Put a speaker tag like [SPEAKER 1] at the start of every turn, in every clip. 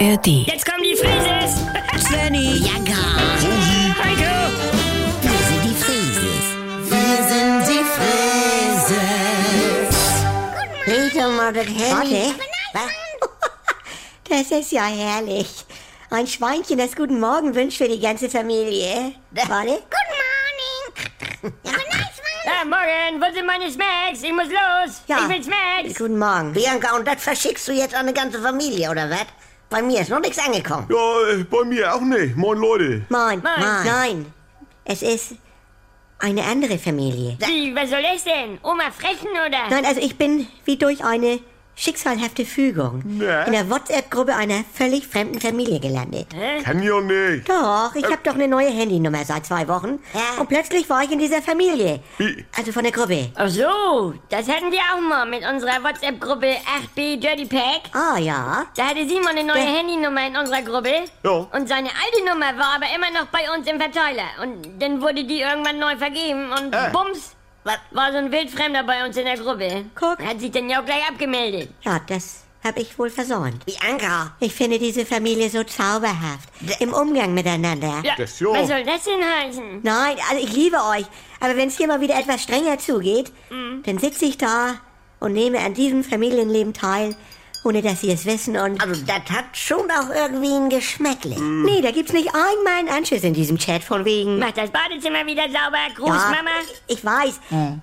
[SPEAKER 1] ARD.
[SPEAKER 2] Jetzt kommen die Frises!
[SPEAKER 3] Svenny.
[SPEAKER 4] Ja, gar.
[SPEAKER 2] Heiko!
[SPEAKER 4] Wir sind die Frieses. Wir sind die Frieses. Leg doch mal das Handy. Was?
[SPEAKER 5] Das ist ja herrlich. Ein Schweinchen, das guten Morgen wünscht für die ganze Familie. Warte.
[SPEAKER 2] Ah, morgen, wo sind meine Smacks? Ich muss los!
[SPEAKER 5] Ja.
[SPEAKER 2] Ich will Smacks!
[SPEAKER 5] Guten Morgen.
[SPEAKER 4] Bianca, und das verschickst du jetzt an eine ganze Familie, oder was? Bei mir ist noch nichts angekommen.
[SPEAKER 6] Ja, äh, bei mir auch nicht. Moin Leute.
[SPEAKER 5] Moin.
[SPEAKER 2] Moin.
[SPEAKER 5] Nein. Es ist eine andere Familie.
[SPEAKER 2] Wie, was soll ich denn? Oma frechen oder?
[SPEAKER 5] Nein, also ich bin wie durch eine schicksalhafte Fügung
[SPEAKER 6] Na?
[SPEAKER 5] in der WhatsApp-Gruppe einer völlig fremden Familie gelandet.
[SPEAKER 6] Kann ja nicht.
[SPEAKER 5] Doch, ich habe doch eine neue Handynummer seit zwei Wochen.
[SPEAKER 4] Ja.
[SPEAKER 5] Und plötzlich war ich in dieser Familie.
[SPEAKER 6] Wie?
[SPEAKER 5] Also von der Gruppe.
[SPEAKER 2] Ach so, das hatten wir auch mal mit unserer WhatsApp-Gruppe 8B Dirty Pack.
[SPEAKER 5] Ah ja.
[SPEAKER 2] Da hatte Simon eine neue
[SPEAKER 5] Ja.
[SPEAKER 2] Handynummer in unserer Gruppe.
[SPEAKER 6] Ja.
[SPEAKER 2] Und seine alte Nummer war aber immer noch bei uns im Verteiler. Und dann wurde die irgendwann neu vergeben und
[SPEAKER 6] Äh.
[SPEAKER 2] bums,
[SPEAKER 4] Was?
[SPEAKER 2] war so ein Wildfremder bei uns in der Gruppe.
[SPEAKER 5] Guck.
[SPEAKER 2] Hat sich dann ja auch gleich abgemeldet.
[SPEAKER 5] Ja, das habe ich wohl versäumt.
[SPEAKER 4] Bianca.
[SPEAKER 5] Ich finde diese Familie so zauberhaft. Im Umgang miteinander.
[SPEAKER 2] Ja,
[SPEAKER 6] Das ja.
[SPEAKER 2] was soll das denn heißen?
[SPEAKER 5] Nein, also ich liebe euch. Aber wenn es hier mal wieder etwas strenger zugeht,
[SPEAKER 4] Mhm.
[SPEAKER 5] dann sitze ich da und nehme an diesem Familienleben teil, ohne dass sie es wissen und...
[SPEAKER 4] Also, das hat schon auch irgendwie ein Geschmäckle.
[SPEAKER 5] Nee, da gibt's nicht einmal einen Anschluss in diesem Chat von wegen...
[SPEAKER 2] Mach das Badezimmer wieder sauber. Gruß,
[SPEAKER 5] Ja,
[SPEAKER 2] Mama.
[SPEAKER 5] Ich, ich weiß.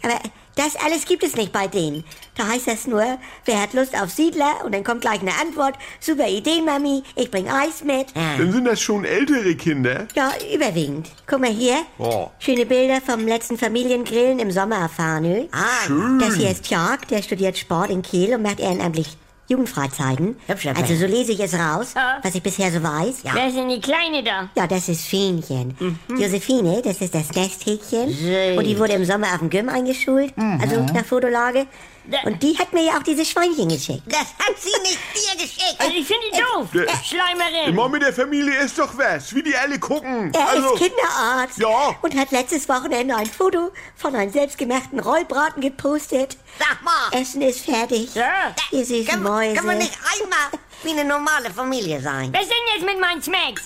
[SPEAKER 5] Aber das alles gibt es nicht bei denen. Da heißt das nur, wer hat Lust auf Siedler? Und dann kommt gleich eine Antwort. Super Idee, Mami. Ich bring Eis mit.
[SPEAKER 6] Dann sind das schon ältere Kinder.
[SPEAKER 5] Ja, überwiegend. Guck mal hier.
[SPEAKER 6] Ja.
[SPEAKER 5] Schöne Bilder vom letzten Familiengrillen im Sommer auf Farnö.
[SPEAKER 4] Ah,
[SPEAKER 6] Schön.
[SPEAKER 5] Das hier ist Jörg, der studiert Sport in Kiel und macht ehrenamtlich Jugendfreizeiten.
[SPEAKER 4] Hübscher Mann.
[SPEAKER 5] Also so lese ich es raus,
[SPEAKER 2] Ja.
[SPEAKER 5] was ich bisher so weiß. Ja.
[SPEAKER 2] Wer ist denn die Kleine da?
[SPEAKER 5] Ja, das ist Fähnchen.
[SPEAKER 4] Mhm.
[SPEAKER 5] Josephine, das ist das Nesthäkchen.
[SPEAKER 4] Süß.
[SPEAKER 5] Und die wurde im Sommer auf dem Gym eingeschult,
[SPEAKER 4] Mhm.
[SPEAKER 5] also nach Fotolage.
[SPEAKER 2] Da-
[SPEAKER 5] Und die hat mir ja auch dieses Schweinchen geschickt.
[SPEAKER 4] das hat sie nicht dir geschickt.
[SPEAKER 2] Also ich finde die doof.
[SPEAKER 6] äh,
[SPEAKER 2] Schleimerin.
[SPEAKER 6] Immer mit der Familie ist doch was, wie die alle gucken.
[SPEAKER 5] Er
[SPEAKER 6] also,
[SPEAKER 5] ist Kinderarzt
[SPEAKER 6] Ja.
[SPEAKER 5] und hat letztes Wochenende ein Foto von einem selbstgemachten Rollbraten gepostet.
[SPEAKER 4] Sag mal.
[SPEAKER 5] Essen ist fertig.
[SPEAKER 2] Ja.
[SPEAKER 5] Ihr süßen
[SPEAKER 4] Ah. Kann, man-
[SPEAKER 5] Mäuse.
[SPEAKER 4] kann man nicht einmal wie eine normale Familie sein?
[SPEAKER 2] Was ist denn jetzt mit meinen Smacks?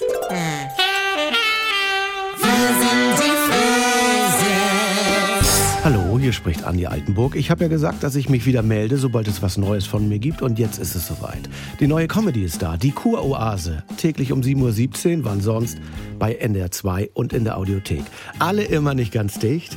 [SPEAKER 7] Hallo, hier spricht Andi Altenburg. Ich habe ja gesagt, dass ich mich wieder melde, sobald es was Neues von mir gibt. Und jetzt ist es soweit. Die neue Comedy ist da, die Kuroase. Täglich um 7.17 Uhr, wann sonst? Bei NDR 2 und in der Audiothek. Alle immer nicht ganz dicht.